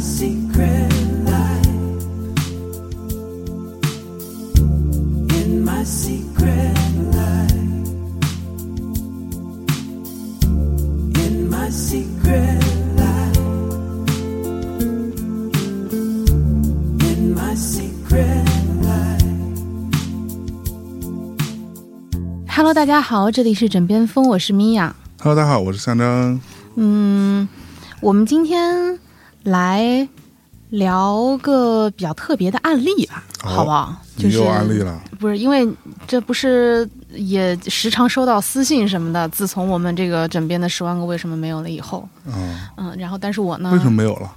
secret life. In my secret life. In my secret life. In my secret life. Hello，大家好，这里是枕边风，我是米娅。 Hello，大家好，我是象征。嗯，我们今天来聊个比较特别的案例吧，哦好不好？就你是又安利了，不是因为这不是也时常收到私信什么的？自从我们这个枕边的十万个为什么没有了以后，嗯，嗯，然后但是我呢，为什么？没有了？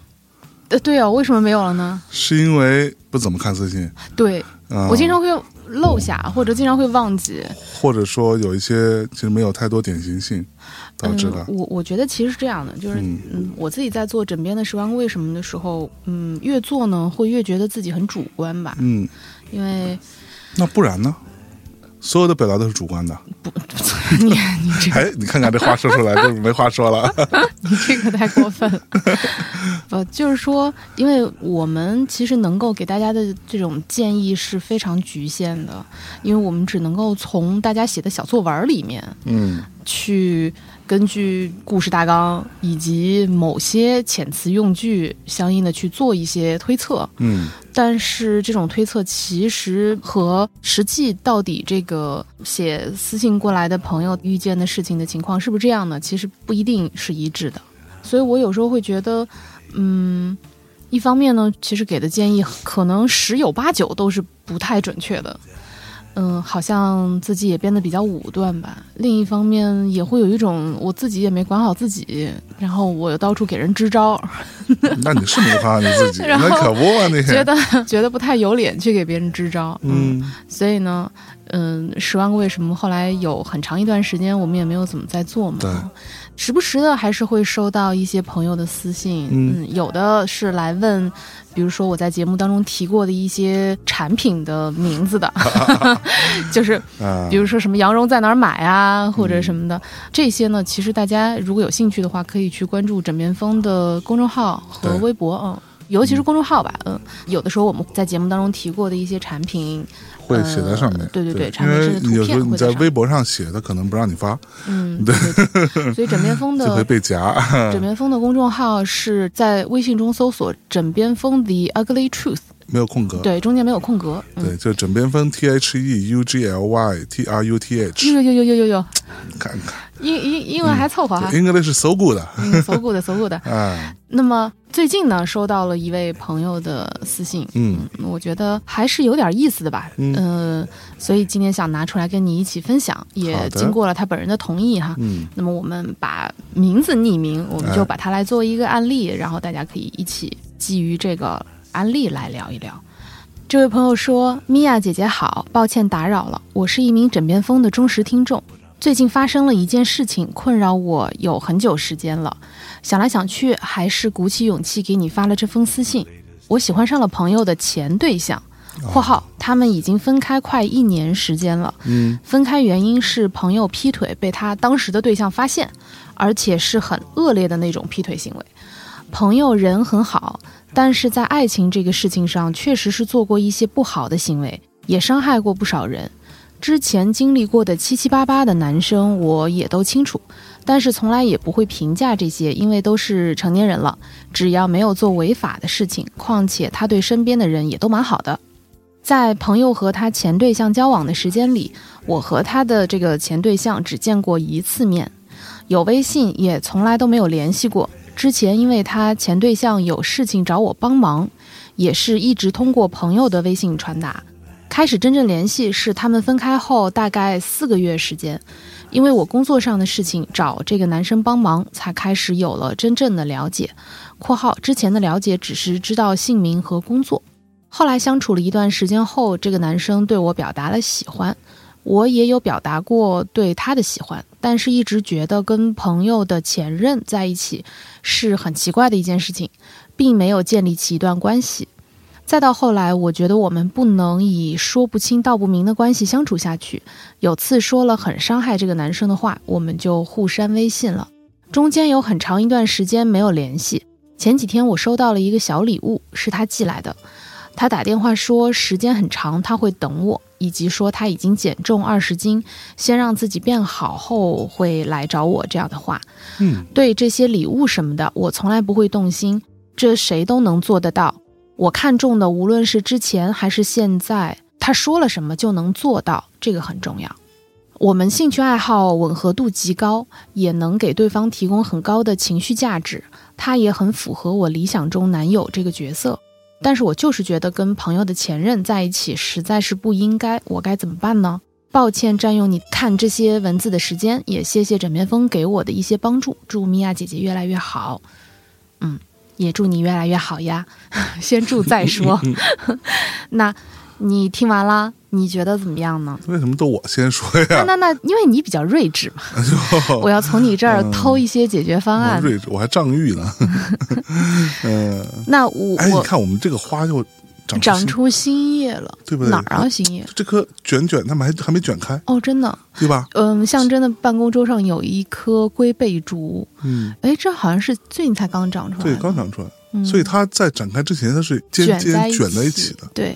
呃，对啊，为什么没有了呢？是因为不怎么看私信对、啊，我经常会漏下，或者经常会忘记。或者说有一些其实没有太多典型性导致的嗯、，我我觉得其实是这样的，就是嗯嗯我自己在做枕边的十万个为什么的时候，嗯，越做呢会越觉得自己很主观吧，嗯，因 为那不然呢？所有的表达都是主观的。你你这哎，你看看这话说 出来，这没话说了。你这个太过分了， 不就是说，因为我们其实能够给大家的这种建议是非常局限的，因为我们只能够从大家写的小作文儿里面嗯，去根据故事大纲以及某些遣词用句相应的去做一些推测。嗯，但是这种推测其实和实际到底这个写私信过来的朋友遇见的事情的情况是不是这样呢？其实不一定是一致的。所以我有时候会觉得，嗯，一方面呢，其实给的建议可能十有八九都是不太准确的。嗯，好像自己也变得比较武断吧。另一方面，也会有一种我自己也没管好自己，然后我又到处给人支招，嗯那你是没管好你自己， 然后那可不嘛，你觉得觉得不太有脸去给别人支招。嗯，所以呢，嗯，《十万个为什么》后来有很长一段时间，我们也没有怎么在做嘛。对时不时的还是会收到一些朋友的私信，嗯有的是来问，比如说我在节目当中提过的一些产品的名字 的， 就是啊嗯比，如说什么羊绒在哪儿买啊，或者什么的，这些呢，其实大家如果有兴趣的话，可以去关注枕边风的公众号和对微博，嗯。尤其是公众号吧，嗯，有的时候我们在节目当中提过的一些产品，会写在上面呃。对对对因产品甚为至图你有时候片你会在在上面微博上写的，可能不让你发，嗯，对对对，所以枕边风 就会的被夹。枕边风的公众号是在微信中搜索“枕边风 The Ugly Truth”，没有空格。对，中间没有空格。嗯，对，就枕边风 T H E U G L Y T R U T H，呦呦呦呦呦呦，看看英英英文还凑合哈， ，English is so good 嗯，搜 good 搜 good。啊，那么最近呢，收到了一位朋友的私信，嗯我觉得还是有点意思的吧，嗯呃，所以今天想拿出来跟你一起分享，也好的经过了他本人的同意哈。嗯，那么我们把名字匿名，我们就把它来做一个案例，然后大家可以一起基于这个案例来聊一聊。这位朋友说：“米娅姐姐好，抱歉打扰了，我是一名枕边风的忠实听众。最近发生了一件事情，困扰我有很久时间了。想来想去，还是鼓起勇气给你发了这封私信。我喜欢上了朋友的前对象。”（括号他们已经分开快一年时间了。）嗯，分开原因是朋友劈腿被他当时的对象发现，而且是很恶劣的那种劈腿行为。朋友人很好，但是在爱情这个事情上，确实是做过一些不好的行为，也伤害过不少人。之前经历过的七七八八的男生，我也都清楚，但是从来也不会评价这些，因为都是成年人了，只要没有做违法的事情，况且他对身边的人也都蛮好的。在朋友和他前对象交往的时间里，我和他的这个前对象只见过一次面，有微信也从来都没有联系过。之前因为他前对象有事情找我帮忙，也是一直通过朋友的微信传达。开始真正联系是他们分开后大概四个月时间，因为我工作上的事情找这个男生帮忙，才开始有了真正的了解。（括号之前的了解只是知道姓名和工作）后来相处了一段时间后，这个男生对我表达了喜欢，我也有表达过对他的喜欢，但是一直觉得跟朋友的前任在一起是很奇怪的一件事情，并没有建立起一段关系。再到后来，我觉得我们不能以说不清道不明的关系相处下去。有次说了很伤害这个男生的话，我们就互删微信了。中间有很长一段时间没有联系，前几天我收到了一个小礼物，是他寄来的。他打电话说时间很长，他会等我，以及说他已经减重二十斤，先让自己变好后会来找我这样的话。嗯，对这些礼物什么的，我从来不会动心，这谁都能做得到。我看中的，无论是之前还是现在，他说了什么就能做到，这个很重要。我们兴趣爱好吻合度极高，也能给对方提供很高的情绪价值，他也很符合我理想中男友这个角色。但是我就是觉得跟朋友的前任在一起实在是不应该，我该怎么办呢？抱歉占用你看这些文字的时间，也谢谢枕边风给我的一些帮助。祝米娅姐姐越来越好，嗯，也祝你越来越好呀。 先祝再说。 那你听完啦，你觉得怎么样呢？为什么都我先说那呀？哎那那，因为你比较睿智嘛，我啊要从你这儿偷一些解决方哦嗯我案。睿智，我还仗 义呢。嗯、那我哎，你我看我们这个花又长长新出新叶了，对不对哪儿啊，新叶？这颗卷卷，它们还还没卷开，哦，真的，对吧？嗯，象征的办公桌上有一棵龟背竹，嗯，哎，这好像是最近才刚长出来对的，，刚长出来，嗯所以它在展开之前，它是尖卷尖卷在在一一起的。对，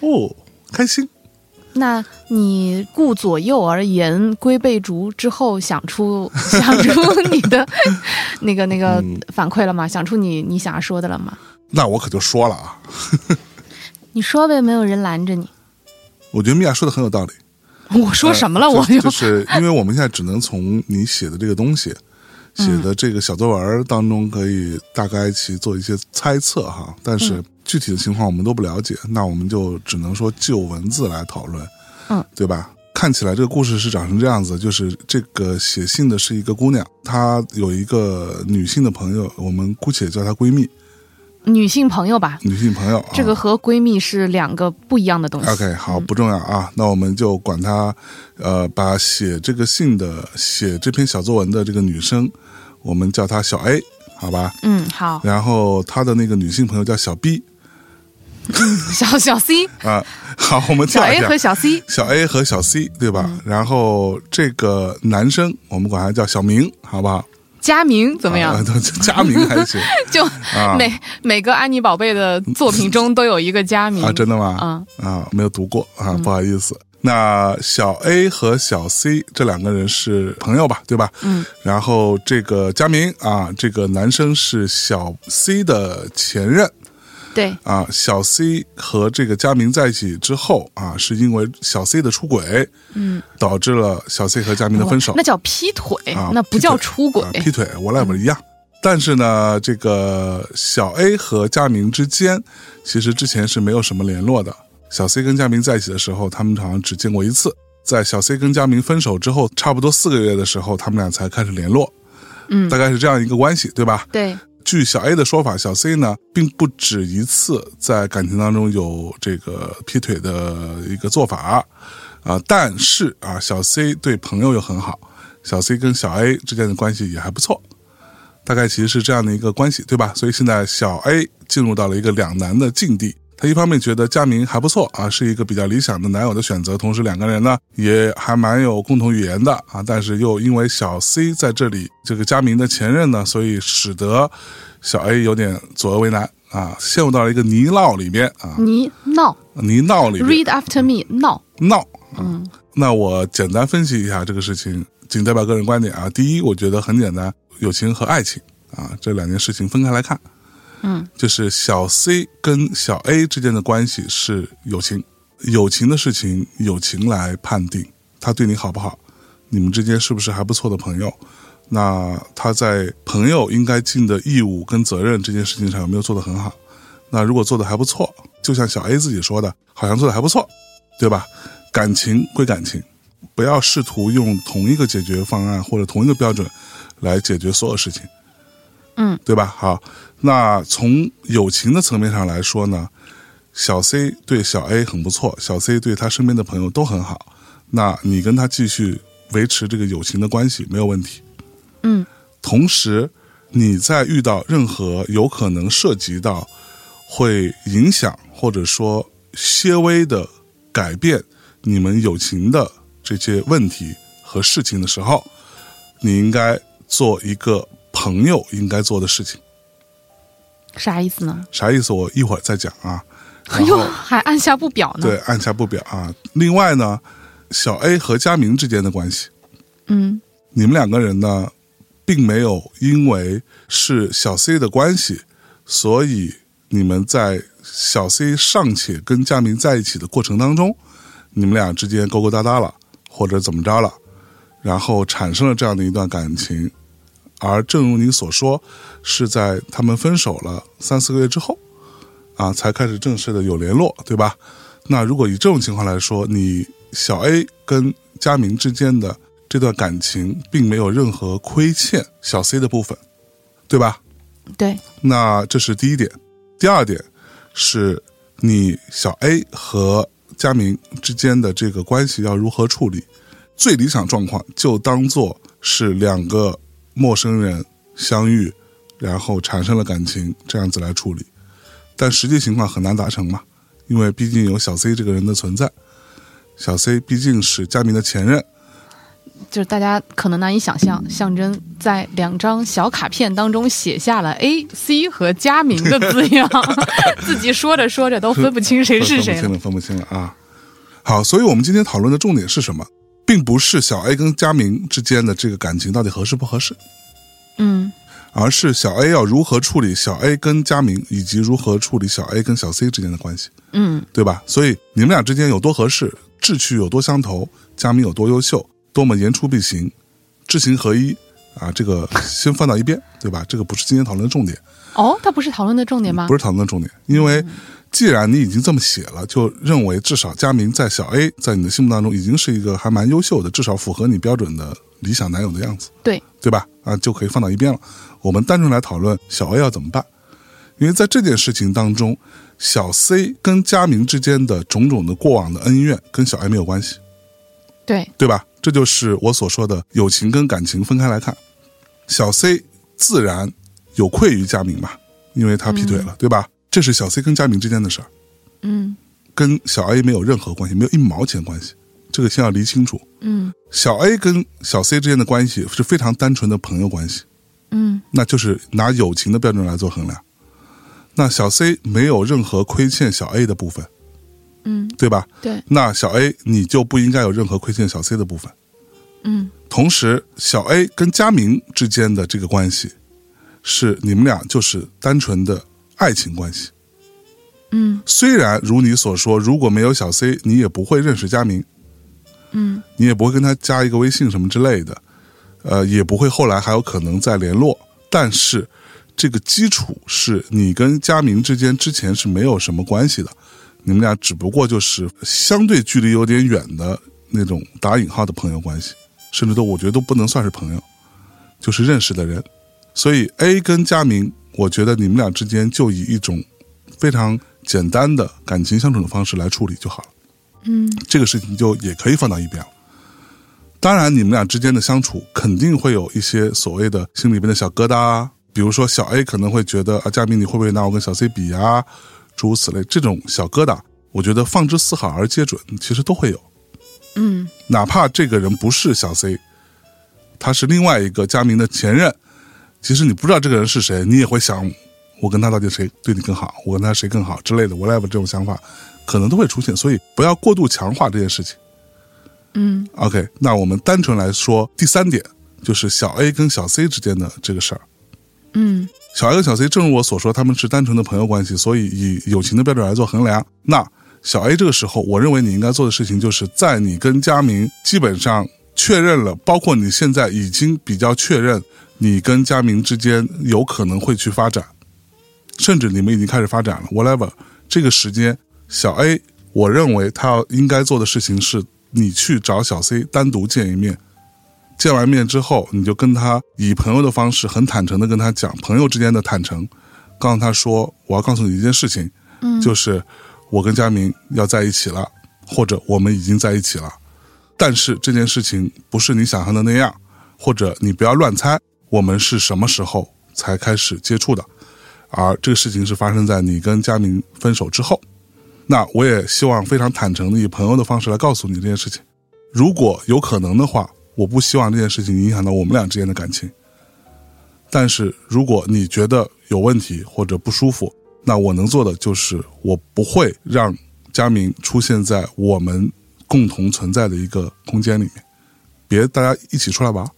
哦，开心。那你顾左右而言龟背竹之后，想出 想出你的那个那个嗯反馈了吗？想出你你想要说的了吗？那我可就说了啊，你说呗，没有人拦着你。 我觉得米娅说的很有道理。我说什么了？我呃就就 就是因为我们现在只能从你写的这个东西。写嗯的这个小作文儿当中，可以大概去做一些猜测哈，但嗯是具体的情况我们都不了解，那我们就只能说就文字来讨论，嗯，对吧？看起来这个故事是长成这样子，就是这个写信的是一个姑娘，她有一个女性的朋友，我们姑且叫她闺蜜，女性朋友吧，女性朋友啊。这个和闺蜜是两个不一样的东西。 OK，好，不重要啊。那我们就管她，呃，把写这个信的、写这篇小作文的这个女生，我们叫她小 A，好吧？嗯，好，然后她的那个女性朋友叫小 B 小小 C，啊。好，我们这小样 A 和 嗯讲，小 C，小 A 和小 C 对吧？然后这个男生我们管他叫小明，好不好？佳明怎么样？啊、加名还行 就啊每每个安妮宝贝的作品中都有一个佳明啊？真的吗？啊，嗯啊，没有读过啊，不好意思。那小 A 和小 C 这两个人是朋友吧，对吧？嗯。然后这个佳明啊，这个男生是小 C 的前任对，啊。小 C 和这个佳明在一起之后啊，是因为小 C 的出轨，嗯，导致了小 C 和佳明的分手那。叫劈腿啊，那不叫劈腿出轨啊。劈腿，whatever 一样。但是呢，这个小 A 和佳明之间，其实之前是没有什么联络的。小 C 跟佳明在一起的时候，他们好像只见过一次。在小 C 跟佳明分手之后，差不多四个月的时候，他们俩才开始联络，嗯大，概是这样一个关系，对吧？对，据小 A 的说法，小 C 呢，并不止一次在感情当中有这个劈腿的一个做法啊、但是啊，小 C 对朋友又很好，小 C 跟小 A 之间的关系也还不错，大概其实是这样的一个关系，对吧？所以现在小 A 进入到了一个两难的境地。他一方面觉得佳明还不错啊，是一个比较理想的男友的选择，同时两个人呢也还蛮有共同语言的啊，但是又因为小 C 在这里这个佳明的前任呢，所以使得小 A 有点左右为难啊，陷入到了一个泥淖里面啊，你闹泥淖里面，read after me，闹，闹。嗯那我简单分析一下这个事情，仅代表个人观点啊。第一，我觉得很简单，友情和爱情啊这两件事情分开来看，嗯，就是小 C 跟小 A 之间的关系是友情，友情的事情友情来判定，他对你好不好，你们之间是不是还不错的朋友。那他在朋友应该尽的义务跟责任这件事情上有没有做得很好？那如果做得还不错，就像小 A 自己说的，好像做得还不错，对吧？感情归感情，不要试图用同一个解决方案或者同一个标准来解决所有事情，嗯，对吧？好，那从友情的层面上来说呢，小 C 对小 A 很不错，小 C 对他身边的朋友都很好，那你跟他继续维持这个友情的关系没有问题。嗯，同时，你在遇到任何有可能涉及到会影响或者说些微的改变你们友情的这些问题和事情的时候，你应该做一个朋友应该做的事情，啥意思呢？啥意思？我一会儿再讲啊。哎呦，还按下不表呢。对，，按下不表啊。另外呢，小 A 和佳明之间的关系，嗯你们两个人呢，并没有因为是小 C 的关系，所以你们在小 C 尚且跟佳明在一起的过程当中，你们俩之间勾勾搭搭了，或者怎么着了，然后产生了这样的一段感情。而正如你所说，是在他们分手了三四个月之后，啊，才开始正式的有联络，对吧？那如果以这种情况来说，你小 A 跟佳明之间的这段感情并没有任何亏欠小 C 的部分，对吧？对，那这是第一点。第二点是你小 A 和佳明之间的这个关系要如何处理？最理想状况就当做是两个陌生人相遇，然后产生了感情，这样子来处理。但实际情况很难达成嘛，因为毕竟有小 C 这个人的存在。小 C 毕竟是佳明的前任，就是大家可能难以想象，象征在两张小卡片当中写下了 A、C 和佳明的字 样，自己说着说着都 分不清谁是谁了。分不清了，分不清了啊！好，所以我们今天讨论的重点是什么，并不是小 A 跟佳明之间的这个感情到底合适不合适，嗯，而是小 A 要如何处理小 A 跟佳明，以及如何处理小 A 跟小 C 之间的关系，嗯，对吧？所以你们俩之间有多合适，志趣有多相投，佳明有多优秀，多么言出必行，知行合一啊！这个先放到一边，对吧？这个不是今天讨论的重点。哦，它不是讨论的重点吗？不是讨论的重点，因为既然你已经这么写了，就认为至少佳明在小 A 在你的心目当中已经是一个还蛮优秀的，至少符合你标准的理想男友的样子，对，对吧？啊，就可以放到一边了。我们单纯来讨论小 A 要怎么办，因为在这件事情当中，小 C 跟佳明之间的种种的过往的恩怨跟小 A 没有关系，对，对吧？这就是我所说的友情跟感情分开来看，小 C 自然有愧于佳明嘛，因为他劈腿了，对吧？这是小 C 跟佳明之间的事儿，嗯跟小 A 没有任何关系，没有一毛钱关系，这个先要理清楚。嗯小 A 跟小 C 之间的关系是非常单纯的朋友关系，嗯那就是拿友情的标准来做衡量。那小 C 没有任何亏欠小 A 的部分，嗯，对吧？对，那小 A 你就不应该有任何亏欠小 C 的部分。嗯同时，小 A 跟佳明之间的这个关系，是你们俩就是单纯的爱情关系。嗯虽然如你所说，如果没有小 C，你也不会认识佳明，嗯，你也不会跟他加一个微信什么之类的，呃，也不会后来还有可能再联络。但是，这个基础是你跟佳明之间之前是没有什么关系的，你们俩只不过就是相对距离有点远的那种打引号的朋友关系，甚至都我觉得都不能算是朋友，就是认识的人。所以 A 跟佳明，我觉得你们俩之间就以一种非常简单的感情相处的方式来处理就好了。嗯，这个事情就也可以放到一边了。当然，你们俩之间的相处肯定会有一些所谓的心里边的小疙瘩啊，比如说小 A 可能会觉得啊，佳明你会不会拿我跟小 C 比啊，诸如此类这种小疙瘩，我觉得放之四海而皆准，其实都会有。嗯，哪怕这个人不是小 C，他是另外一个佳明的前任，其实你不知道这个人是谁，你也会想，我跟他到底谁对你更好，我跟他谁更好之类的，whatever 这种想法，可能都会出现，所以不要过度强化这件事情。嗯，OK，那我们单纯来说第三点，就是小 A 跟小 C 之间的这个事儿。嗯小 A 和小 C，正如我所说，他们是单纯的朋友关系，所以以友情的标准来做衡量。那小 A 这个时候，我认为你应该做的事情，就是在你跟佳明基本上确认了，包括你现在已经比较确认你跟佳明之间有可能会去发展，甚至你们已经开始发展了，whatever。这个时间，小 A，我认为他要应该做的事情是，你去找小 C 单独见一面，见完面之后，你就跟他以朋友的方式，很坦诚的跟他讲朋友之间的坦诚，告诉他说，我要告诉你一件事情，嗯就是我跟佳明要在一起了，或者我们已经在一起了，但是这件事情不是你想象的那样，或者你不要乱猜，我们是什么时候才开始接触的，而这个事情是发生在你跟佳明分手之后。那我也希望非常坦诚的以朋友的方式来告诉你这件事情。如果有可能的话，我不希望这件事情影响到我们俩之间的感情。但是如果你觉得有问题或者不舒服，那我能做的就是我不会让佳明出现在我们共同存在的一个空间里面，别大家一起出来玩，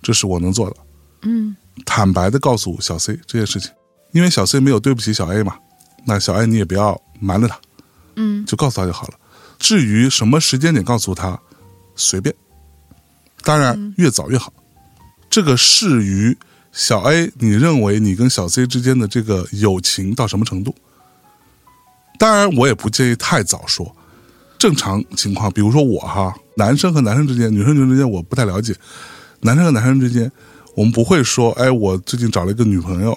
这是我能做的。嗯，坦白的告诉小 C 这件事情，因为小 C 没有对不起小 A 嘛，那小 A 你也不要瞒着他，嗯，就告诉他就好了。至于什么时间点告诉他，随便，当然越早越好。这个适于小 A，你认为你跟小 C 之间的这个友情到什么程度？当然，我也不建议太早说。正常情况，比如说我哈，男生和男生之间，女生女生之间我不太了解。男生和男生之间，我们不会说，哎，我最近找了一个女朋友，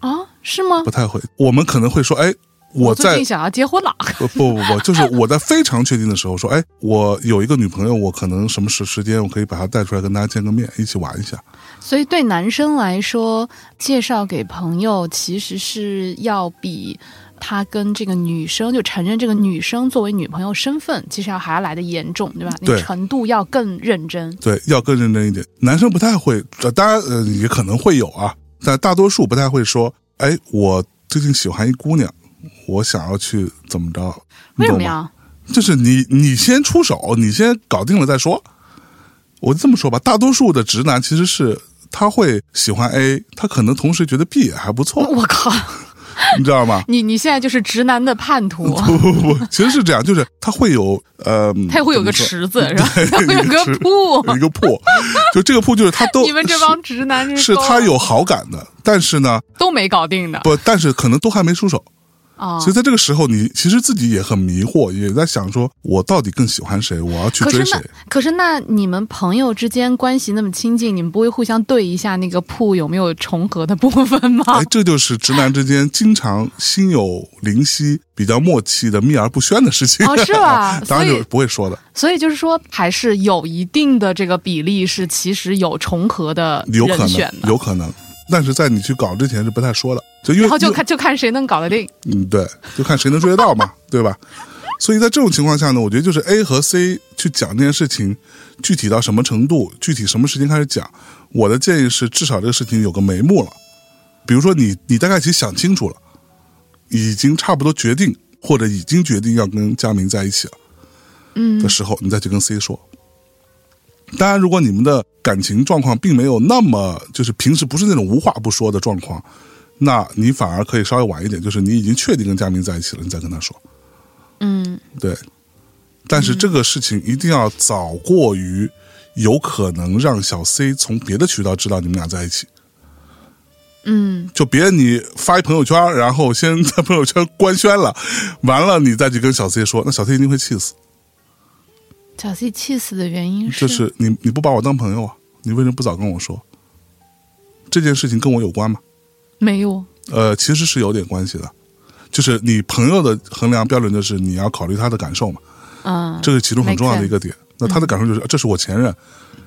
啊，是吗不？太会。我们可能会说，哎，我哦最在近想要结婚了， 不不不不，就是我在非常确定的时候说，哎，我有一个女朋友，我可能什么时时间我可以把她带出来跟大家见个面，一起玩一下。所以对男生来说，介绍给朋友其实是要比他跟这个女生就承认这个女生作为女朋友身份，其实要还要来的严重，对吧？你对程度要更认真。对，要更认真一点。男生不太会，呃当然呃也可能会有啊，但大多数不太会说，哎，我最近喜欢一姑娘，我想要去怎么着？你为什么懂吗？呀？就是你你先出手，你先搞定了再说。我这么说吧，大多数的直男其实是他会喜欢 A，他可能同时觉得 B 也还不错，我靠，你知道吗？ 你你现在就是直男的叛徒，啊 不不不，不其实是这样，就是他会有呃，他也会有个怎么池 子，是吧？他 会有池个铺说，有一个铺，就这个铺就是他都 你们这帮直男真是是够他了有好感的，但是呢，都没搞定的不，但是可能都还没出手，啊。所以在这个时候，你其实自己也很迷惑，也在想说，我到底更喜欢谁，我要去可是追谁那。可是那你们朋友之间关系那么亲近，你们不会互相对一下那个铺有没有重合的部分吗？哎，这就是直男之间经常心有灵犀、比较默契的秘而不宣的事情。哦是吧 当然所以就不会说的，所以就是说，还是有一定的这个比例是其实有重合的有可人能选，的，有可能。但是在你去搞之前是不太说的，就因为然后就因为看就看谁能搞得定。嗯，对，就看谁能追得到嘛，对吧？所以在这种情况下呢，我觉得就是 A 和 C 去讲这件事情，具体到什么程度，具体什么时间开始讲，我的建议是至少这个事情有个眉目了。比如说你，你大概已经想清楚了，已经差不多决定，或者已经决定要跟佳明在一起了，嗯的时候，你再去跟 C 说。当然，如果你们的感情状况并没有那么，就是平时不是那种无话不说的状况，那你反而可以稍微晚一点，就是你已经确定跟佳明在一起了，你再跟他说。嗯，对，但是这个事情一定要早过于有可能让小 C 从别的渠道知道你们俩在一起。嗯，就别你发一朋友圈，然后先在朋友圈官宣了，完了你再去跟小 C 说，那小 C 一定会气死。小 C 气死的原因是，就是你你不把我当朋友啊，你为什么不早跟我说？这件事情跟我有关吗？没有呃，其实是有点关系的，就是你朋友的衡量标准就是你要考虑他的感受嘛，嗯，这是其中很重要的一个点。那他的感受就是，啊这是我前任，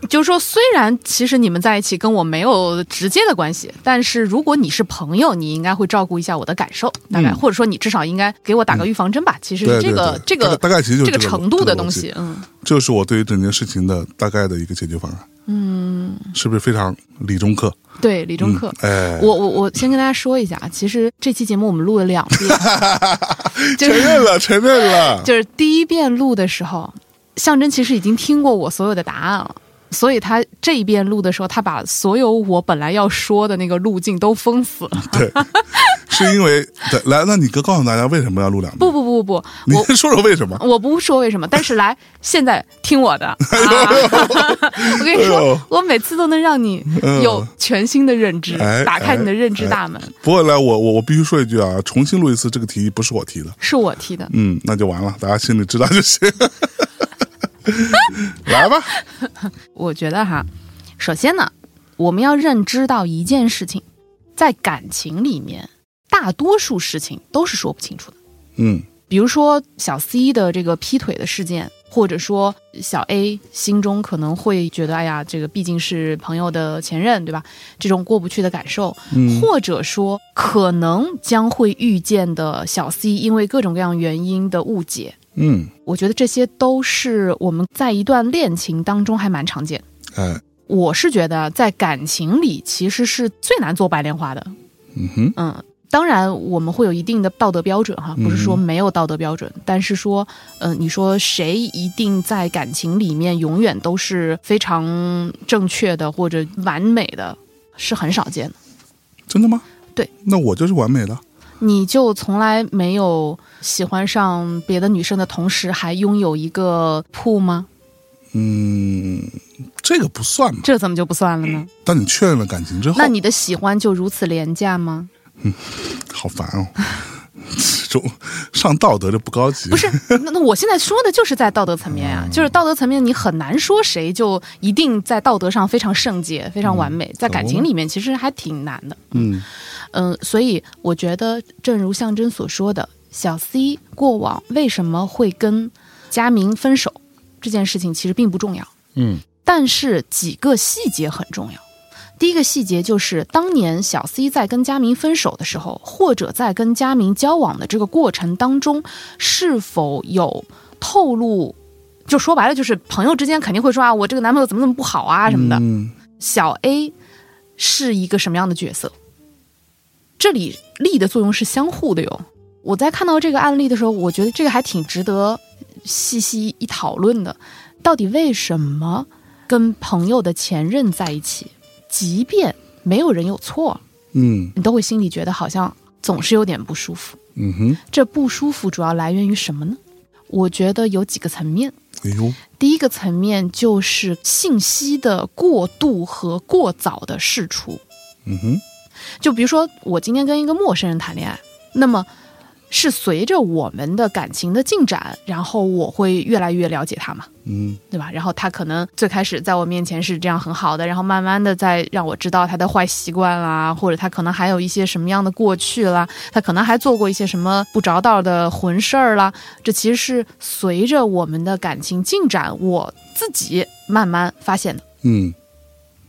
就是说，虽然其实你们在一起跟我没有直接的关系，但是如果你是朋友，你应该会照顾一下我的感受，大概、或者说你至少应该给我打个预防针吧。其实是嗯对对这个对这个大概大概其实就是这个这个程度的东这西，嗯，这是我对于整件事情的大概的一个解决方案。嗯，是不是非常理中客？对，理中客。哎，我我我先跟大家说一下，啊其实这期节目我们录了两 遍， 就承是认了，承认 了。就是第一遍录的时候，象征其实已经听过我所有的答案了。所以他这一遍录的时候，他把所有我本来要说的那个路径都封死了。对，是因为对，来，那你哥告诉大家为什么要录两遍？不不不不不，你我先说说为什么？我不说为什么，但是来，现在听我的。啊、啊 我跟你哎说呦，嗯我每次都能让你有全新的认知，哎打开你的认知大门，不过来，我我我必须说一句啊，重新录一次这个题不是我提的，是我提的。嗯，那就完了，大家心里知道就行。 来吧，我觉得哈，首先呢，我们要认知到一件事情，在感情里面，大多数事情都是说不清楚的。嗯比如说小 C 的这个劈腿的事件，或者说小 A 心中可能会觉得，哎呀，这个毕竟是朋友的前任，对吧？这种过不去的感受，嗯或者说可能将会遇见的小 C 因为各种各样原因的误解，嗯，我觉得这些都是我们在一段恋情当中还蛮常见的。哎，我是觉得在感情里其实是最难做白莲花的。嗯哼，嗯，当然我们会有一定的道德标准哈，不是说没有道德标准，但是说，呃，你说谁一定在感情里面永远都是非常正确的或者完美的，是很少见的。真的吗？对，那我就是完美的。你就从来没有喜欢上别的女生的同时，还拥有一个铺吗？嗯，这个不算吧？这怎么就不算了呢？当你确认了感情之后，那你的喜欢就如此廉价吗？好烦哦。这种上道德就不高级，不是，那那我现在说的就是在道德层面啊，就是道德层面，你很难说谁就一定在道德上非常圣洁、非常完美，在感情里面其实还挺难的。嗯嗯，所以我觉得，正如象征所说的，小 C 过往为什么会跟佳明分手这件事情其实并不重要，嗯但是几个细节很重要。第一个细节就是，当年小 C 在跟佳明分手的时候，或者在跟佳明交往的这个过程当中，是否有透露？就说白了，就是朋友之间肯定会说啊，我这个男朋友怎么怎么不好啊什么的。嗯小 A 是一个什么样的角色？这里力的作用是相互的哟。我在看到这个案例的时候，我觉得这个还挺值得细细一讨论的。到底为什么跟朋友的前任在一起，即便没有人有错，嗯你都会心里觉得好像总是有点不舒服？嗯哼，这不舒服主要来源于什么呢？我觉得有几个层面。哎呦，第一个层面就是信息的过度和过早的释出。嗯哼，就比如说，我今天跟一个陌生人谈恋爱，那么是随着我们的感情的进展，然后我会越来越了解他嘛，嗯对吧？然后他可能最开始在我面前是这样很好的，然后慢慢的再让我知道他的坏习惯啦，或者他可能还有一些什么样的过去啦，他可能还做过一些什么不着道的混事儿啦。这其实是随着我们的感情进展，我自己慢慢发现的。嗯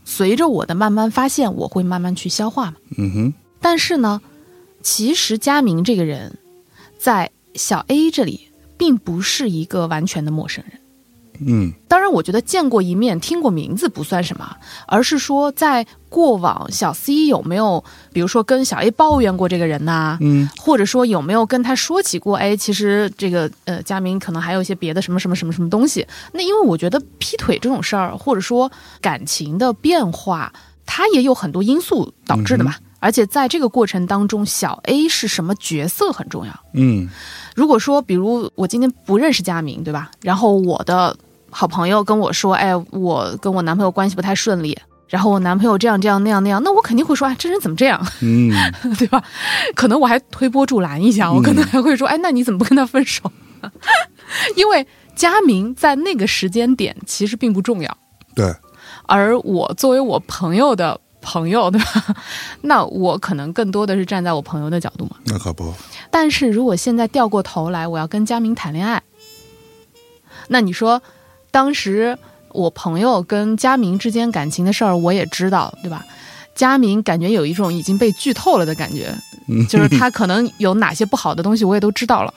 随着我的慢慢发现，我会慢慢去消化嘛。嗯哼，但是呢，其实佳明这个人，在小 A 这里并不是一个完全的陌生人。嗯当然，我觉得见过一面、听过名字不算什么，而是说在过往小 C 有没有，比如说跟小 A 抱怨过这个人呐、嗯或者说有没有跟他说起过？哎，其实这个呃，佳明可能还有一些别的什么什么什么什么东西。那因为我觉得劈腿这种事儿，或者说感情的变化，它也有很多因素导致的嘛。而且在这个过程当中，小 A 是什么角色很重要。嗯如果说，比如我今天不认识佳明，对吧？然后我的好朋友跟我说，哎，我跟我男朋友关系不太顺利，然后我男朋友这样这样那样那样，那我肯定会说，哎，这人怎么这样？ 嗯，对吧？可能我还推波助澜一下，我可能还会说，哎，那你怎么不跟他分手？ 因为佳明在那个时间点其实并不重要，对，而我作为我朋友的朋友，对吧？ 那我可能更多的是站在我朋友的角度嘛。那可不，但是如果现在掉过头来，我要跟佳明谈恋爱，那你说，当时我朋友跟佳明之间感情的事儿，我也知道，对吧？佳明感觉有一种已经被剧透了的感觉，就是他可能有哪些不好的东西，我也都知道了。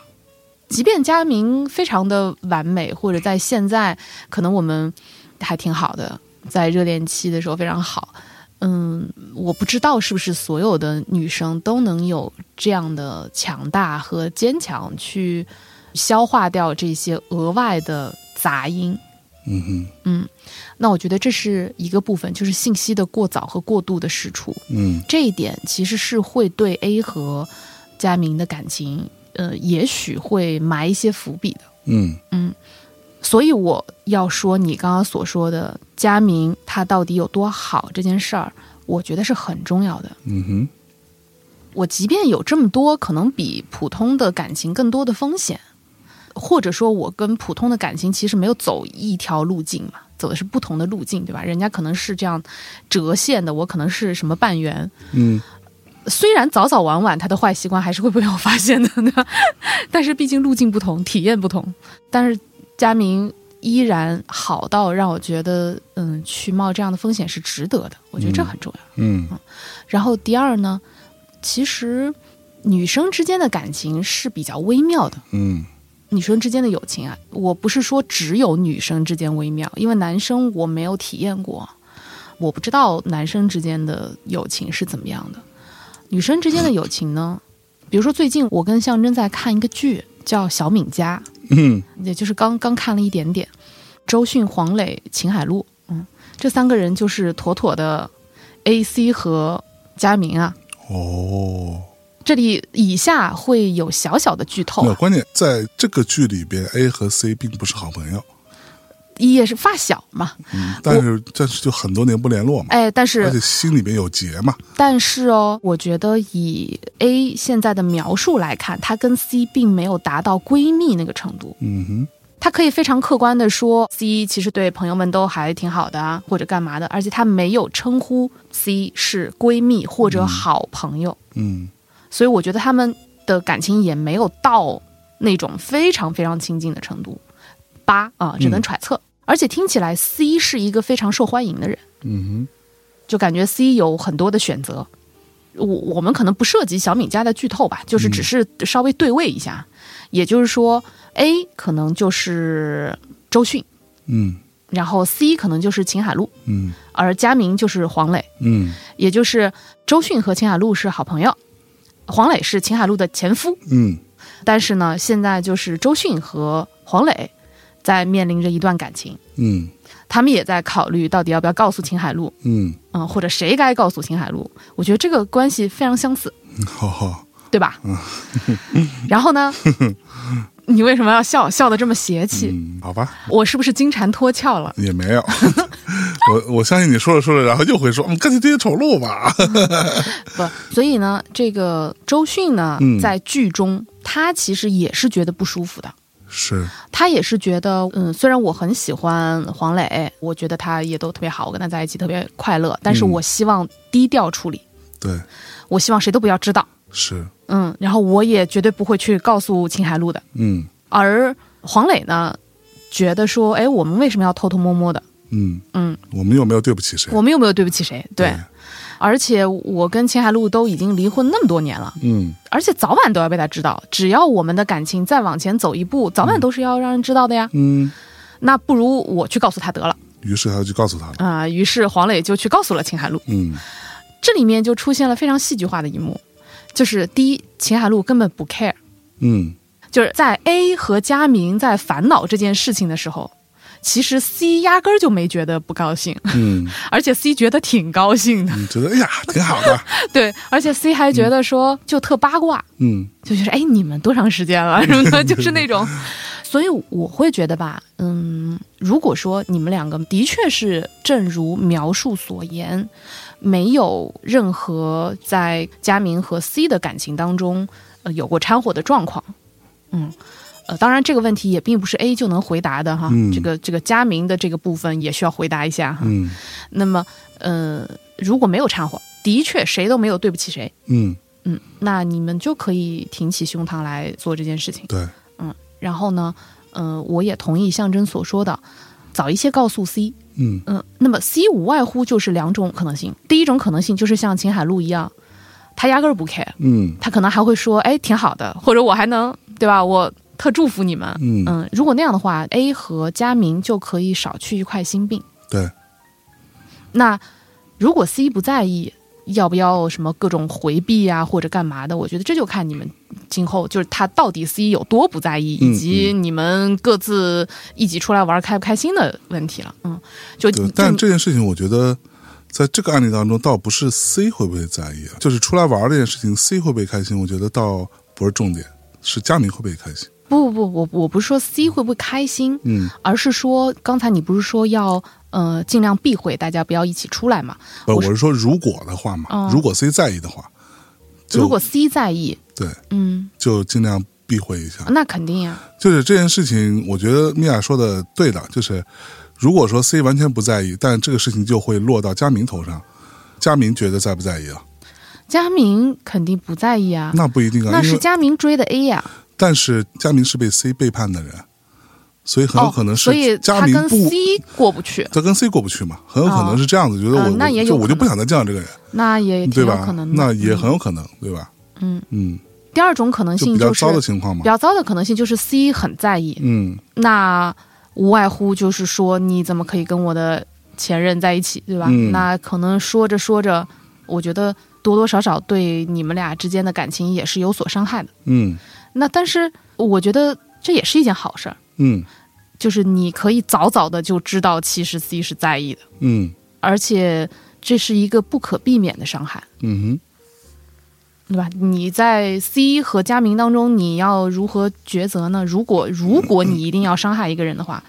即便佳明非常的完美，或者在现在可能我们还挺好的，在热恋期的时候非常好，嗯，我不知道是不是所有的女生都能有这样的强大和坚强，去消化掉这些额外的杂音。嗯哼，那我觉得这是一个部分，就是信息的过早和过度的释出，嗯这一点其实是会对 A 和佳明的感情，呃，也许会埋一些伏笔的。嗯所以我要说，你刚刚所说的佳明他到底有多好这件事儿，我觉得是很重要的。嗯哼，我即便有这么多可能比普通的感情更多的风险，或者说我跟普通的感情其实没有走一条路径嘛，走的是不同的路径，对吧？人家可能是这样折线的，我可能是什么半圆。嗯虽然早早晚晚他的坏习惯还是会被我发现的，对吧？ 但是毕竟路径不同，体验不同。但是佳明依然好到让我觉得，嗯，去冒这样的风险是值得的。我觉得这很重要。嗯然后第二呢，其实女生之间的感情是比较微妙的，嗯女生之间的友情啊，我不是说只有女生之间微妙，因为男生我没有体验过。我不知道男生之间的友情是怎么样的，女生之间的友情呢？比如说最近我跟象征在看一个剧，叫《小敏家嗯》，也就是刚刚看了一点点。周迅、黄磊、秦海璐，嗯，这三个人就是妥妥的 A C 和佳明啊。哦，这里以下会有小小的剧透没有啊，关键在这个剧里边，A 和 C 并不是好朋友，也是发小嘛，嗯，但是但是就很多年不联络嘛，哎，但而且是心里边有结嘛，但是哦，我觉得以 A 现在的描述来看，她跟 C 并没有达到闺蜜那个程度。嗯哼，她可以非常客观的说，C 其实对朋友们都还挺好的啊，或者干嘛的，而且她没有称呼 C 是闺蜜或者好朋友，嗯所以我觉得他们的感情也没有到那种非常非常亲近的程度。八啊，只能嗯揣测。而且听起来 C 是一个非常受欢迎的人，嗯就感觉 C 有很多的选择。我我们可能不涉及小敏家的剧透吧，嗯就是只是稍微对位一下。也就是说，A 可能就是周迅，哼，嗯然后 C 可能就是秦海璐，嗯而佳明就是黄磊，嗯也就是周迅和秦海璐是好朋友，黄磊是秦海璐的前夫。嗯但是呢，现在就是周迅和黄磊在面临着一段感情，嗯他们也在考虑到底要不要告诉秦海璐，嗯嗯，或者谁该告诉秦海璐。我觉得这个关系非常相似，嗯，好好，对 吧？然后呢，你为什么要笑？笑得这么邪气？嗯，好吧，我是不是金蝉脱壳了？也没有，我我相信你说着说着，然后又会说，嗯，干脆这些丑 陋吧，不，所以呢，这个周迅呢，嗯在剧中她其实也是觉得不舒服的。是，她也是觉得，嗯，虽然我很喜欢黄磊，我觉得他也都特别好，我跟他在一起特别快乐，但是嗯我希望低调处理，对，我希望谁都不要知道，是，嗯，然后我也绝对不会去告诉秦海璐的。嗯而黄磊呢，觉得说，哎，我们为什么要偷偷摸摸的？嗯嗯，我们有没有对不起谁？我们有没有对不起谁？对，而且我跟秦海璐都已经离婚那么多年了，嗯而且早晚都要被他知道。只要我们的感情再往前走一步，早晚都是要让人知道的呀。嗯，那不如我去告诉他得了于是他就告诉他了，啊、于是黄磊就去告诉了秦海璐，嗯这里面就出现了非常戏剧化的一幕，就是第一，秦海璐根本不 care，嗯就是在 A 和佳明在烦恼这件事情的时候。其实 C 压根儿就没觉得不高兴，嗯，而且 C 觉得挺高兴的， 你觉得哎呀挺好的，对，而且 C 还觉得说就特八卦，嗯就觉得哎，你们多长时间了 什么的，就是那 种。所以我会觉得吧，嗯，如果说你们两个的确是正如描述所言，没有任何在佳明和 C 的感情当中呃有过掺和的状况，嗯。呃，当然，这个问题也并不是 A 就能回答的哈。嗯这个这个佳明的这个部分也需要回答一下哈。嗯那么，呃，如果没有掺和，的确谁都没有对不起谁，嗯，嗯，那你们就可以挺起胸膛来做这件事情。对，然后呢，嗯、我也同意象征所说的，早一些告诉 C，嗯嗯、那么 C 无外乎就是两种可能性。第一种可能性就是像秦海璐一样，他压根儿不 care，嗯他可能还会说，哎，挺好的，或者我还能，对吧？我特祝福你们。嗯，嗯，如果那样的话，A 和佳明就可以少去一块心病。对，那如果 C 不在意，要不要什么各种回避啊，或者干嘛的？我觉得这就看你们今后就是他到底 C 有多不在意，嗯以及你们各自一起出来玩开不开心的问题了。嗯，就对就，但这件事情我觉得。在这个案例当中，倒不是 C 会不会在意啊，就是出来玩儿这件事情，C 会不会开心？我觉得倒不是重点，是佳明会不会开心。不不不，我我不是说 C 会不会开心，嗯，而是说刚才你不是说要呃尽量避讳大家不要一起出来嘛？不，我呃我是是说如果的话嘛哦，如果 C 在意的话，就如果 C 在意，对，嗯，就尽量避讳一下。那肯定呀、就是这件事情，我觉得米娅说的对的，就是如果说 C 完全不在意，但这个事情就会落到佳明头上。佳明觉得在不在意啊？佳明肯定不在意啊，那不一定啊，那因是为佳明追的 A 呀、但是佳明是被 C 背叛的人，所以很有可能哦、所以是佳他明跟不 C 过不去，他跟 C 过不去嘛，很有可能是这样子，觉得啊我那也我有就我就可能不想再见到这个人，那也挺对有吧可？能的。那也嗯很有可能，对吧？嗯嗯，第二种可能就性比较就是糟的情况比嘛。较糟的可能性就是 C 很在意，嗯那无外乎就是说你怎么可以跟我的前任在一起，对吧？嗯那可能说着说着，我觉得多多少少对你们俩之间的感情也是有所伤害的。嗯那但是我觉得这也是一件好事儿，嗯就是你可以早早的就知道，其实 C 是在意的，嗯而且这是一个不可避免的伤害。嗯哼，对吧？你在 C 和佳明当中，你要如何抉择呢？如果如果你一定要伤害一个人的话，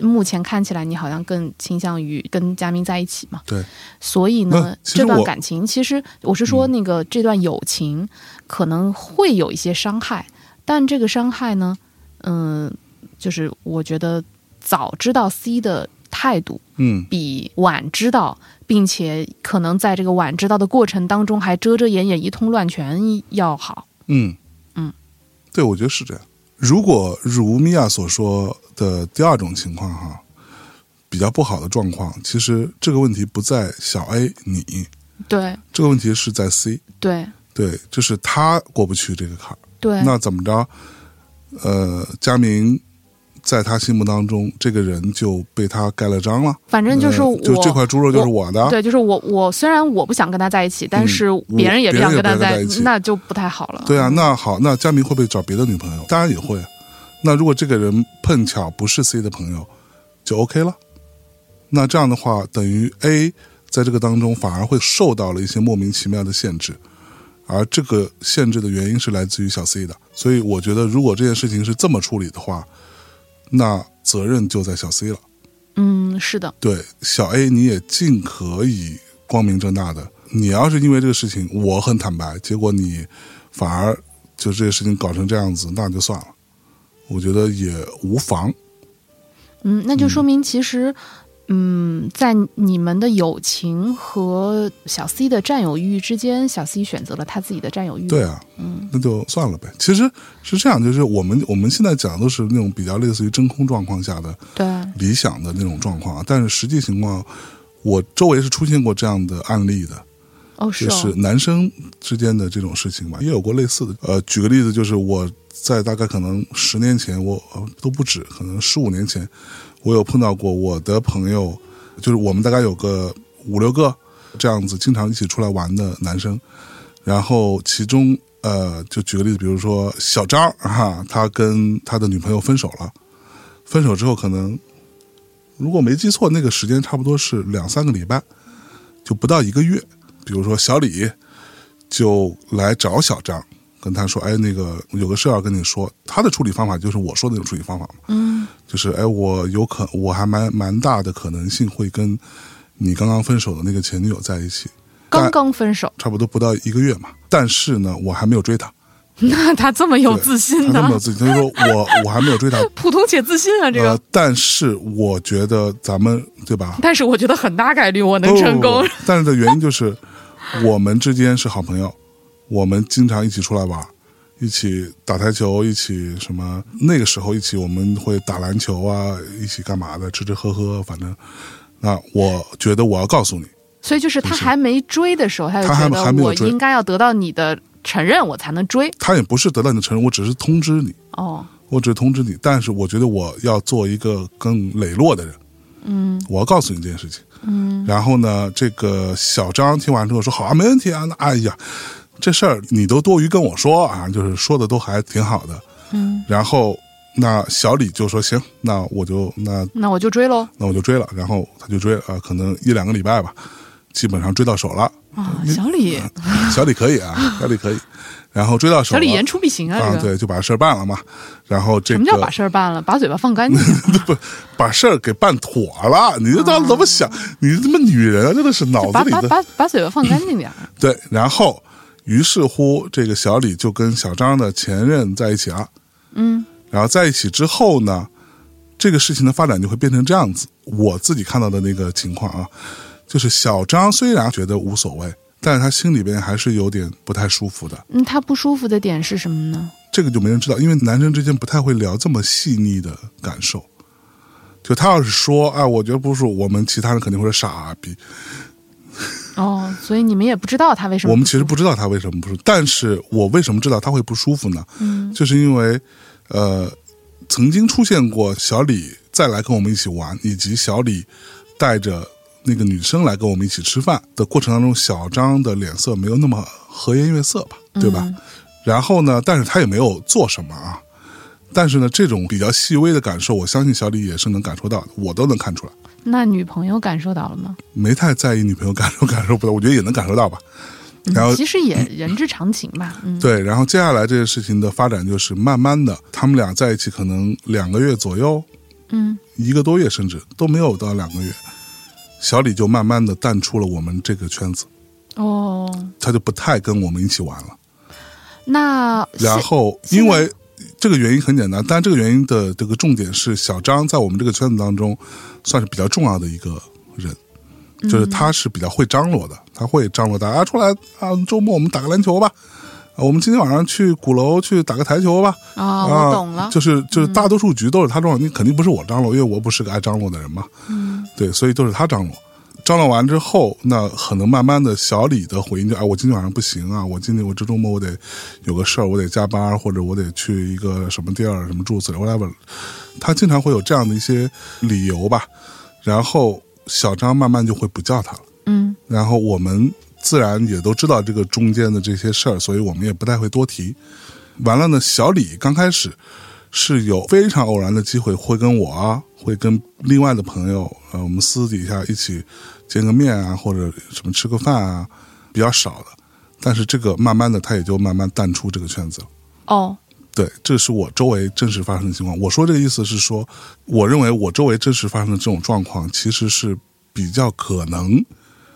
目前看起来你好像更倾向于跟佳明在一起嘛。对，所以那呢，其实这段我嗯感情其实我是说，那个、这段友情可能会有一些伤害，但这个伤害呢，嗯、就是我觉得早知道 C 的态度嗯比晚知道，并且可能在这个晚知道的过程当中还遮遮掩掩、一通乱拳要好。嗯嗯，对，我觉得是这样。如果如米娅所说的第二种情况哈，比较不好的状况，其实这个问题不在小 A 你，对这个问题是在 C，对对，就是他过不去这个坎儿。对，那怎么着？呃，佳明在他心目当中，这个人就被他盖了章了。反正就是呃我、就这啊块猪肉就是我的。对，就是我我虽然我不想跟他在一起，但是别人也不想跟他嗯在别人也不想跟他在一起那就不太好了。对啊，那好，那佳明会不会找别的女朋友？当然也会啊。那如果这个人碰巧不是 C 的朋友，就 OK 了。那这样的话，等于 A 在这个当中反而会受到了一些莫名其妙的限制，而这个限制的原因是来自于小 C 的。所以我觉得，如果这件事情是这么处理的话，那责任就在小 C 了。嗯，是的，对小 A，你也尽可以光明正大的。你要是因为这个事情，我很坦白，结果你反而就这个事情搞成这样子，那就算了，我觉得也无妨。嗯，那就说明其实。嗯，在你们的友情和小 C 的占有欲之间，小 C 选择了他自己的占有欲。对，啊，那就算了呗。其实是这样，就是我们我们现在讲的都是那种比较类似于真空状况下的对，理想的那种状况，但是实际情况，我周围是出现过这样的案例的。哦，就哦是男生之间的这种事情吧，也有过类似的。呃，举个例子，就是我在大概可能十年前，我、呃都不止，可能十五年前，我有碰到过我的朋友，就是我们大概有个五六个这样子，经常一起出来玩的男生。然后其中，呃，就举个例子，比如说小张儿哈、他跟他的女朋友分手了，分手之后可能。如果没记错，那个时间差不多是两三个礼拜，就不到一个月。比如说小李就来找小张，跟他说：“哎，那个有个事要跟你说。”他的处理方法就是我说的那种处理方法嘛，嗯，就是哎，我有可我还蛮蛮大的可能性会跟你刚刚分手的那个前女友在一起，刚刚分手， 差不多不到一个月嘛。但是呢，我还没有追她，那他这么有对自他信那呢么？有自己，他就说我我还没有追她。普通且自信啊， 这个。呃，但是我觉得咱们对吧，但是我觉得很大概率我能不成功。不不 但是的原因就是，我们之间是好朋友，我们经常一起出来玩，一起打台球，一起什么？那个时候一起我们会打篮球啊，一起干嘛的，吃吃喝喝，反正。那我觉得我要告诉你，所以就是他还没追的时候，他就他还觉还得没有我追应该要得到你的承认，我才能追。他也不是得到你的承认，我只是通知你，哦，我只是通知你。但是我觉得我要做一个更磊落的人，嗯我要告诉你这件事情。嗯，然后呢，这个小张听完之后说：“好啊，没问题啊。”那哎呀，这事儿你都多余跟我说啊，就是说的都还挺好的。嗯，然后那小李就说：“行，那我就那那我就追喽。那我就追了。”然后他就追了，啊，可能一两个礼拜吧，基本上追到手 了。啊，嗯小李，小李可以啊，小李可以。然后追到手小了，李言出必行啊，啊，这个。对，就把事儿办了嘛。然后这什个么叫把事儿办了？把嘴巴放干净。不把事儿给办妥了？你这到底怎么想？你他妈女人啊，真的是 脑子把里哦把的把把嘴巴放干净点儿。对，然后于是乎，这个小李就跟小张的前任在一起了。嗯，然后在一起之后呢，这个事情的发展就会变成这样子。我自己看到的那个情况啊，就是小张虽然觉得无所谓，但是他心里边还是有点不太舒服的。嗯，他不舒服的点是什么呢？这个就没人知道，因为男生之间不太会聊这么细腻的感受。就他要是说，哎，我觉得不是，我们其他人肯定会说傻逼。哦，所以你们也不知道他为什么。我们其实不知道他为什么不舒服，但是我为什么知道他会不舒服呢？嗯，就是因为，呃，曾经出现过小李再来跟我们一起玩，以及小李带着那个女生来跟我们一起吃饭的过程当中，小张的脸色没有那么和颜悦色吧，对吧？然后呢，但是他也没有做什么啊。但是呢，这种比较细微的感受，我相信小李也是能感受到的，我都能看出来。那女朋友感受到了吗？没太在意女朋友感受感受不到，我觉得也能感受到吧。然后其实也人之常情吧。嗯，对，然后接下来这个事情的发展就是慢慢的，他们俩在一起可能两个月左右，嗯，一个多月甚至都没有到两个月，小李就慢慢的淡出了我们这个圈子，哦，他就不太跟我们一起玩了。那然后现因为这个原因很简单，但这个原因的这个重点是小张在我们这个圈子当中算是比较重要的一个人，嗯就是他是比较会张罗的，他会张罗大家、啊、出来啊，周末我们打个篮球吧。啊，我们今天晚上去鼓楼去打个台球吧。啊、啊，我懂了，嗯就是就是大多数局都是他张罗，你肯定不是我张罗，因为我不是个爱张罗的人嘛。嗯，对，所以都是他张罗。张罗完之后，那可能慢慢的小李的回应就，哎，我今天晚上不行啊，我今天我这周末我得有个事儿，我得加班，或者我得去一个什么地儿，什么住址，whatever。他经常会有这样的一些理由吧，然后小张慢慢就会不叫他了。嗯然后我们自然也都知道这个中间的这些事儿，所以我们也不太会多提。完了呢，小李刚开始是有非常偶然的机会会跟我啊，会跟另外的朋友，呃，我们私底下一起见个面啊，或者什么吃个饭啊，比较少的。但是这个慢慢的，他也就慢慢淡出这个圈子了。哦，对，这是我周围真实发生的情况。我说这个意思是说，我认为我周围真实发生的这种状况，其实是比较可能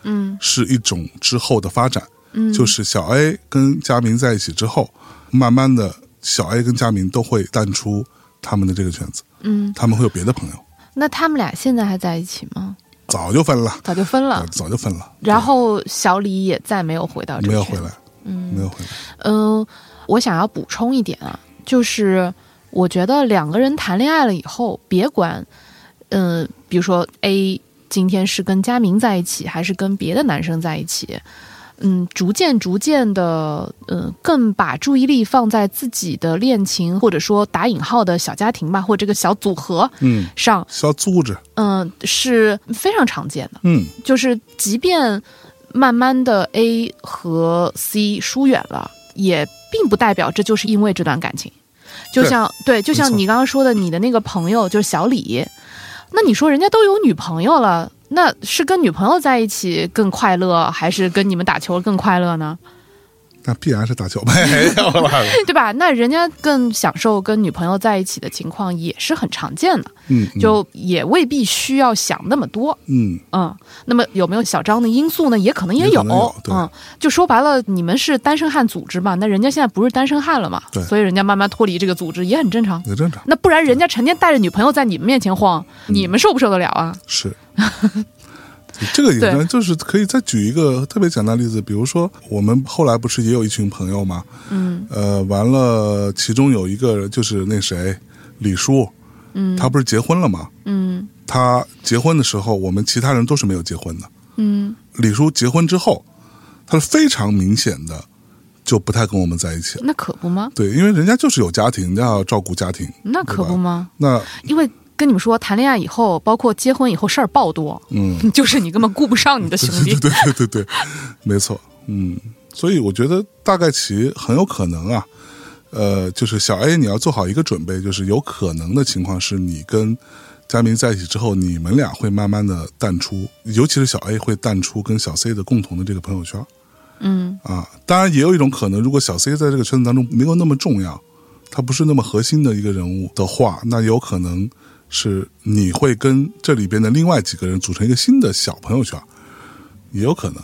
嗯是一种之后的发展，嗯，就是小 A 跟佳明在一起之后，慢慢的小 A 跟佳明都会淡出他们的这个圈子，嗯，他们会有别的朋友，那他们俩现在还在一起吗？早就分了，早就分了呃，早就分了，然后小李也再没有回到这没个有圈回子来，嗯，没有回来，嗯，我想要补充一点啊，就是我觉得两个人谈恋爱了以后，别管，嗯、比如说 A 今天是跟佳明在一起，还是跟别的男生在一起，嗯，逐渐逐渐的，嗯，更把注意力放在自己的恋情，或者说打引号的小家庭吧，或者这个小组合嗯，上，小组织，嗯、是非常常见的。嗯，就是即便慢慢的 A 和 C 疏远了，也并不代表这就是因为这段感情。就像对就像没错你刚刚说的，你的那个朋友就是小李，那你说人家都有女朋友了，那是跟女朋友在一起更快乐，还是跟你们打球更快乐呢？ 那必然是打球，没有了，对吧？那人家更享受跟女朋友在一起的情况也是很常见的，嗯，嗯就也未必需要想那么多。嗯，嗯，那么有没有小张的因素呢？也可能也也可能有对嗯，就说白了，你们是单身汉组织嘛，那人家现在不是单身汉了嘛对，所以人家慢慢脱离这个组织也很正常。也正常，那不然人家成天带着女朋友在你们面前晃，嗯你们受不受得了啊？是。 这个也对能就是可以再举一个特别简单的例子，比如说我们后来不是也有一群朋友吗？嗯呃，完了，其中有一个就是那谁，李叔，嗯他不是结婚了吗？嗯他结婚的时候，我们其他人都是没有结婚的。嗯李叔结婚之后，他是非常明显的就不太跟我们在一起了。那可不吗？对，因为人家就是有家庭，人家要照顾家庭。那可不吗？那因为跟你们说，谈恋爱以后，包括结婚以后，事儿爆多，嗯， 就是你根本顾不上你的兄弟对。对对对对，没错，嗯，所以我觉得大概其很有可能啊，呃，就是小 A 你要做好一个准备，就是有可能的情况是你跟佳明在一起之后，你们俩会慢慢的淡出，尤其是小 A 会淡出跟小 C 的共同的这个朋友圈嗯啊。当然也有一种可能，如果小 C 在这个圈子当中没有那么重要，他不是那么核心的一个人物的话，那有可能。是你会跟这里边的另外几个人组成一个新的小朋友圈，也有可能。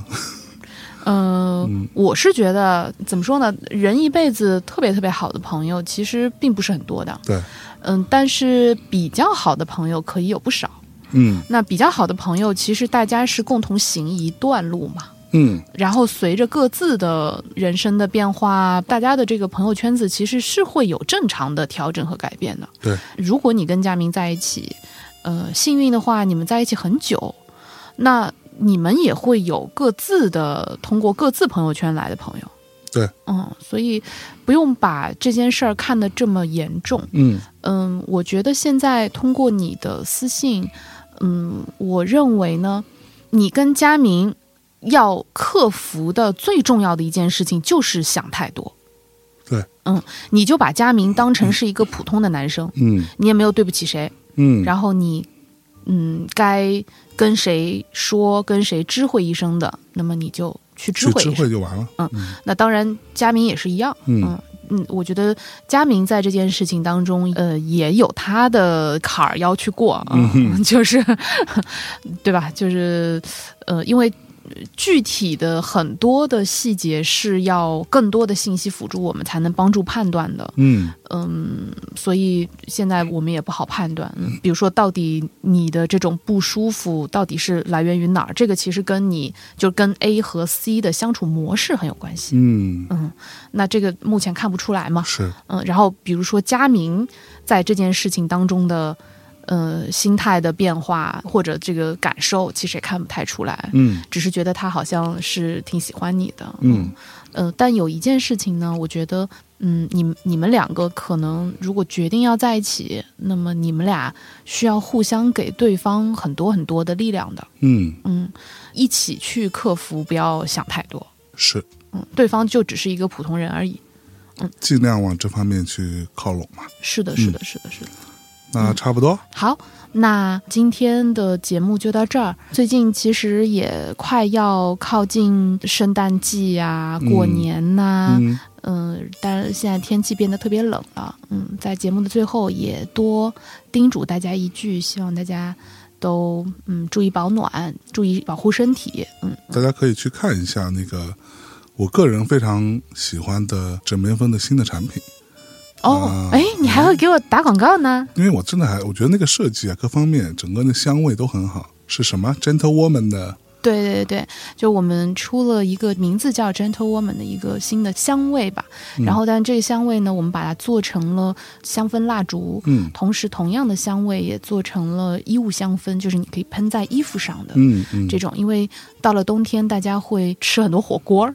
呃，嗯我是觉得怎么说呢？人一辈子特别特别好的朋友，其实并不是很多的。对，嗯，但是比较好的朋友可以有不少。嗯那比较好的朋友，其实大家是共同行一段路嘛。嗯，然后随着各自的人生的变化，大家的这个朋友圈子其实是会有正常的调整和改变的。对，如果你跟佳明在一起，呃，幸运的话，你们在一起很久，那你们也会有各自的通过各自朋友圈来的朋友。对，嗯，所以不用把这件事儿看得这么严重。嗯嗯，我觉得现在通过你的私信，嗯，我认为呢，你跟佳明要克服的最重要的一件事情就是想太多。对，嗯，你就把佳明当成是一个普通的男生，嗯你也没有对不起谁，嗯，然后你，嗯，该跟谁说、跟谁知会一声的，那么你就去知去会知一声。会就完了。那当然，佳明也是一样。嗯嗯嗯我觉得佳明在这件事情当中，呃，也有他的坎儿要去过啊，嗯就是， 对吧？就是，呃，因为。具体的很多的细节是要更多的信息辅助我们才能帮助判断的，嗯嗯，所以现在我们也不好判断，嗯比如说到底你的这种不舒服到底是来源于哪儿？这个其实跟你就跟 A 和 C 的相处模式很有关系。嗯，嗯，那这个目前看不出来嘛。是嗯，然后比如说佳明在这件事情当中的呃心态的变化或者这个感受，其实也看不太出来。嗯只是觉得他好像是挺喜欢你的，嗯，呃，但有一件事情呢，我觉得，嗯，你们你们两个可能如果决定要在一起，那么你们俩需要互相给对方很多很多的力量的，嗯嗯，一起去克服，不要想太多，是，嗯，对方就只是一个普通人而已，尽量往这方面去靠拢嘛。是的，嗯是的，是的，是的。那差不多，好，那今天的节目就到这儿。最近其实也快要靠近圣诞季呀、嗯过年呐、嗯嗯，当然现在天气变得特别冷了，嗯，在节目的最后也多叮嘱大家一句，希望大家都嗯注意保暖，注意保护身体，嗯，大家可以去看一下那个我个人非常喜欢的枕边风的新的产品，啊哦，哎、你还会给我打广告呢？因为我真的还我觉得那个设计啊，各方面整个那香味都很好。是什么 Gentle Woman 的？对对对，就我们出了一个名字叫 Gentle Woman 的一个新的香味吧，然后但这个香味呢，我们把它做成了香氛蜡烛，嗯同时同样的香味也做成了衣物香氛，就是你可以喷在衣服上的，嗯嗯，这种，因为到了冬天，大家会吃很多火锅儿，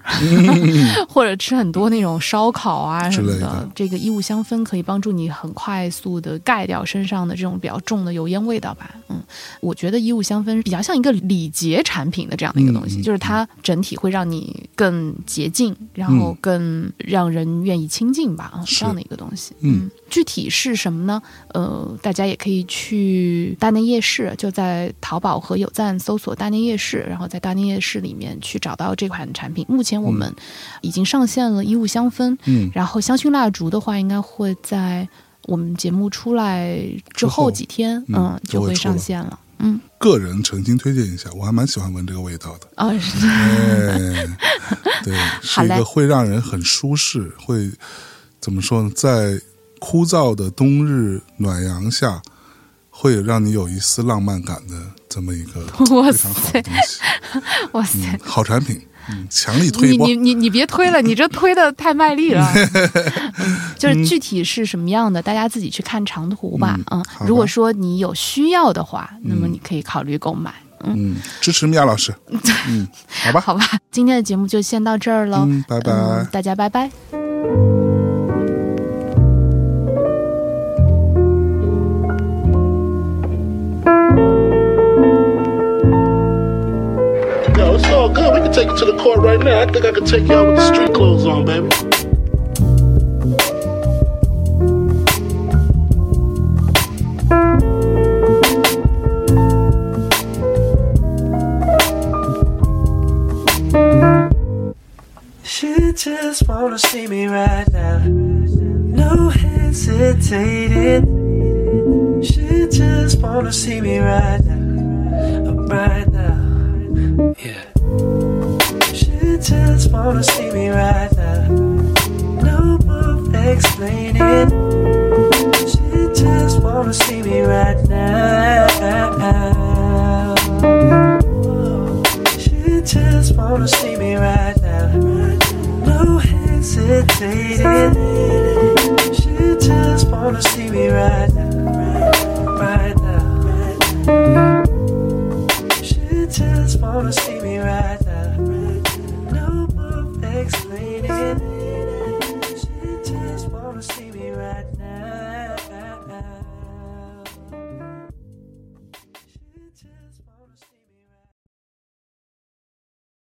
或者吃很多那种烧烤啊什么嗯之类的的。这个衣物香氛可以帮助你很快速的盖掉身上的这种比较重的油烟味道吧。嗯，我觉得衣物香氛比较像一个礼节产品的这样的一个东西，嗯嗯就是它整体会让你更洁净，然后更让人愿意亲近吧。啊、嗯是这样的一个东西。嗯，具体是什么呢？呃，大家也可以去大内夜市，就在淘宝和有赞搜索“大内夜市”，然后在大内夜市里面去找到这款产品。目前我们已经上线了衣物香氛，嗯然后香薰蜡烛的话，应该会在我们节目出来之之后后几天，嗯嗯，就就会会出上了线了。嗯，个人诚心推荐一下，我还蛮喜欢闻这个味道的。啊，是 的哎，对，好是一嘞个会让人很舒适，会怎么说呢？在枯燥的冬日暖阳下，会让你有一丝浪漫感的这么一个哇非常好塞的东西，哇塞！嗯，好产品，嗯，强力推你波你。你你别推了，你这推的太卖力 了。嗯嗯就是具体是什么样的，大家自己去看长途吧。嗯，好的如果说你有需要的话，那么你可以考虑购买。嗯，嗯，支持米娅老师。嗯，好吧，好吧，今天的节目就先到这儿了。嗯，拜拜。嗯，大家拜拜。 Yo, it's all good. We can take it to the court right now. I think I can take y'all with the street clothes on, baby. She just wanna see me right now. No hesitating. She just wanna see me right now. Right now. Yeah. She just wanna see me right now. No more explaining. She just wanna see me right now. She just wanna see me right now. No hesitating. She just wanna see me right now. Right now. She just wanna see me right now. No more explaining.